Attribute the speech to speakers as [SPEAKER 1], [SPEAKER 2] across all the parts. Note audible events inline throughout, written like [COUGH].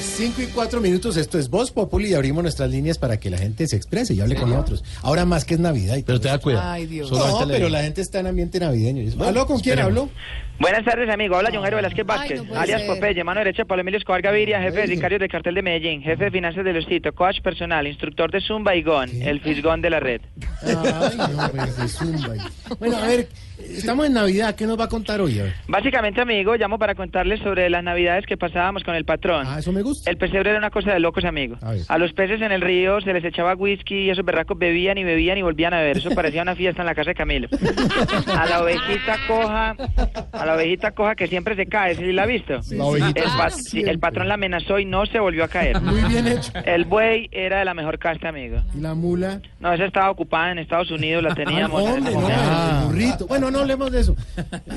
[SPEAKER 1] 5 y 4 minutos, esto es Voz Populi y abrimos nuestras líneas para que la gente se exprese y hable con nosotros. Ahora más que es Navidad. Y
[SPEAKER 2] Pero te
[SPEAKER 1] todo
[SPEAKER 2] da cuidado.
[SPEAKER 3] Ay, Dios.
[SPEAKER 1] eso.
[SPEAKER 2] Solamente
[SPEAKER 1] No,
[SPEAKER 2] le
[SPEAKER 1] pero
[SPEAKER 2] digo.
[SPEAKER 1] la gente está en ambiente navideño. Y eso- ¿Aló? ¿Con quién hablo?
[SPEAKER 4] Buenas tardes, amigo. Habla John Jairo Velázquez Vázquez,
[SPEAKER 3] Ah, no puede
[SPEAKER 4] alias
[SPEAKER 3] ser.
[SPEAKER 4] Popeye, mano derecha, Pablo Emilio Escobar Gaviria, jefe de sicarios del cartel de Medellín, jefe de finanzas del Osito, coach personal, instructor de Zumba y Gon, el fisgón de la red.
[SPEAKER 1] Ay, no, pues de Zumba. Bueno, a ver, estamos en Navidad, ¿qué nos va a contar hoy? A ver.
[SPEAKER 4] Básicamente, amigo, llamo para contarles sobre las navidades que pasábamos con el patrón.
[SPEAKER 1] Ah, eso me gusta.
[SPEAKER 4] El pesebre era una cosa de locos, amigo.
[SPEAKER 1] A ver.
[SPEAKER 4] A los peces en el río se les echaba whisky y esos berracos bebían y bebían y volvían a beber. Eso parecía una fiesta en la casa de Camilo. A la ovejita coja, a la ovejita coja que siempre se cae, ¿sí la ha visto?
[SPEAKER 1] La ovejita
[SPEAKER 4] el,
[SPEAKER 1] coja
[SPEAKER 4] pat- sí,
[SPEAKER 1] siempre.
[SPEAKER 4] el patrón la amenazó y no se volvió a caer.
[SPEAKER 1] Muy bien
[SPEAKER 4] [LAUGHS]
[SPEAKER 1] hecho.
[SPEAKER 4] El buey era de la mejor casta, amigo.
[SPEAKER 1] ¿Y la mula?
[SPEAKER 4] No, esa estaba ocupada en Estados Unidos, la
[SPEAKER 1] Ah,
[SPEAKER 4] teníamos. en
[SPEAKER 1] hombre,
[SPEAKER 4] ese
[SPEAKER 1] no,
[SPEAKER 4] momento.
[SPEAKER 1] el
[SPEAKER 2] Ah.
[SPEAKER 1] burrito. Bueno, no hablemos de
[SPEAKER 4] [LAUGHS]
[SPEAKER 1] eso.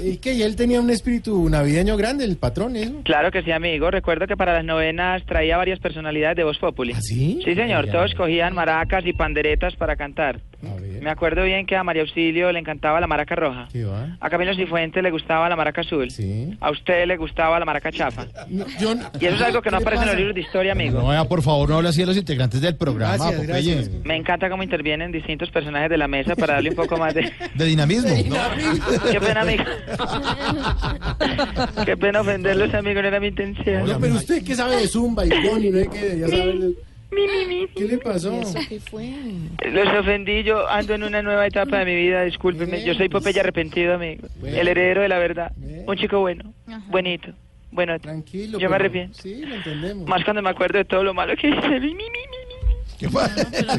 [SPEAKER 1] ¿Y qué? ¿Y él tenía un espíritu navideño grande, el patrón, eso?
[SPEAKER 4] Claro que sí, amigo. Recuerdo que para las novenas traía varias personalidades de Voz Populi.
[SPEAKER 1] ¿Ah, sí?
[SPEAKER 4] Sí, señor.
[SPEAKER 1] Ay,
[SPEAKER 4] Todos
[SPEAKER 1] ay.
[SPEAKER 4] cogían maracas y panderetas para cantar.
[SPEAKER 1] A
[SPEAKER 4] Me
[SPEAKER 1] ver,
[SPEAKER 4] acuerdo bien que a María Auxilio le encantaba la maraca roja.
[SPEAKER 1] ¿qué va?
[SPEAKER 4] A Camilo Cifuentes le gustaba la maraca azul.
[SPEAKER 1] Sí.
[SPEAKER 4] A usted le gustaba la maraca chafa.
[SPEAKER 1] No, yo no-
[SPEAKER 4] Y eso es algo que no
[SPEAKER 1] ¿Qué le
[SPEAKER 4] aparece en los
[SPEAKER 1] pasa?
[SPEAKER 4] libros de historia, amigo.
[SPEAKER 2] No, ya, por favor, no hable así de los integrantes del programa,
[SPEAKER 1] Gracias,
[SPEAKER 2] Popeye.
[SPEAKER 1] gracias.
[SPEAKER 4] Me encanta cómo intervienen distintos personajes de la mesa para darle un poco más de...
[SPEAKER 2] De dinamismo.
[SPEAKER 4] Qué pena, amigo. Qué pena ofenderlos, amigo. No era mi intención.
[SPEAKER 1] No, pero usted que sabe de Zumba y Bonnie, no hay que ya sabe. de- ¿Qué le pasó?
[SPEAKER 3] ¿Qué fue?
[SPEAKER 4] Los ofendí, yo ando en una nueva etapa de mi vida, discúlpenme. Yo soy Popeye arrepentido, amigo.
[SPEAKER 1] Bueno.
[SPEAKER 4] El heredero de la verdad.
[SPEAKER 1] Bien.
[SPEAKER 4] Un chico bueno, bonito, bueno.
[SPEAKER 1] Tranquilo.
[SPEAKER 4] Yo
[SPEAKER 1] pero-
[SPEAKER 4] me arrepiento.
[SPEAKER 1] Sí, lo entendemos.
[SPEAKER 4] Más cuando me acuerdo de todo lo malo que hice. Mi, mi, mi, mi, mi.
[SPEAKER 2] ¿Qué fue?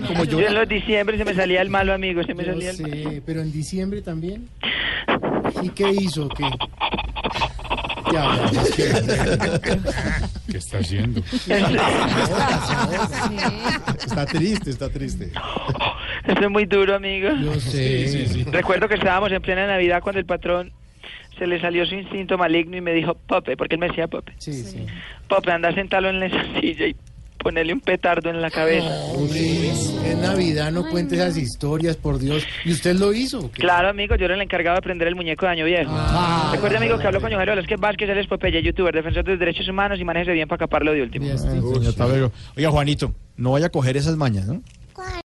[SPEAKER 2] Como yo.
[SPEAKER 4] Yo en los diciembre se me salía el malo, amigo, se me
[SPEAKER 1] Yo
[SPEAKER 4] salía el malo.
[SPEAKER 1] sé, pero en diciembre también. ¿Y qué hizo? ¿Qué? Ya, ya, es que-
[SPEAKER 2] ¿Qué está haciendo?
[SPEAKER 4] [LAUGHS]
[SPEAKER 2] Está triste, está triste.
[SPEAKER 4] Eso es muy duro, amigo.
[SPEAKER 1] Yo sé.
[SPEAKER 4] Recuerdo que estábamos en plena Navidad cuando el patrón se le salió su instinto maligno y me dijo, Pope, porque él me decía Pope.
[SPEAKER 1] Sí, sí.
[SPEAKER 4] Pope, anda a sentarlo en esa [LAUGHS] silla y ponerle un petardo en la cabeza.
[SPEAKER 1] Hombre, es Navidad, no cuente esas historias, por Dios. ¿Y usted lo hizo? o qué?
[SPEAKER 4] Claro, amigo, yo era el encargado de prender el muñeco de año viejo.
[SPEAKER 1] Ah.
[SPEAKER 4] Recuerde, amigo, que habló con John Jairo Velázquez Vázquez, él es Popeye, youtuber, defensor de derechos
[SPEAKER 2] Ah,
[SPEAKER 4] humanos y manéjese bien para acaparlo de último.
[SPEAKER 1] Ya está.
[SPEAKER 2] Uy, señor Tavero. Oiga, Juanito, no vaya a coger esas mañas, ¿no?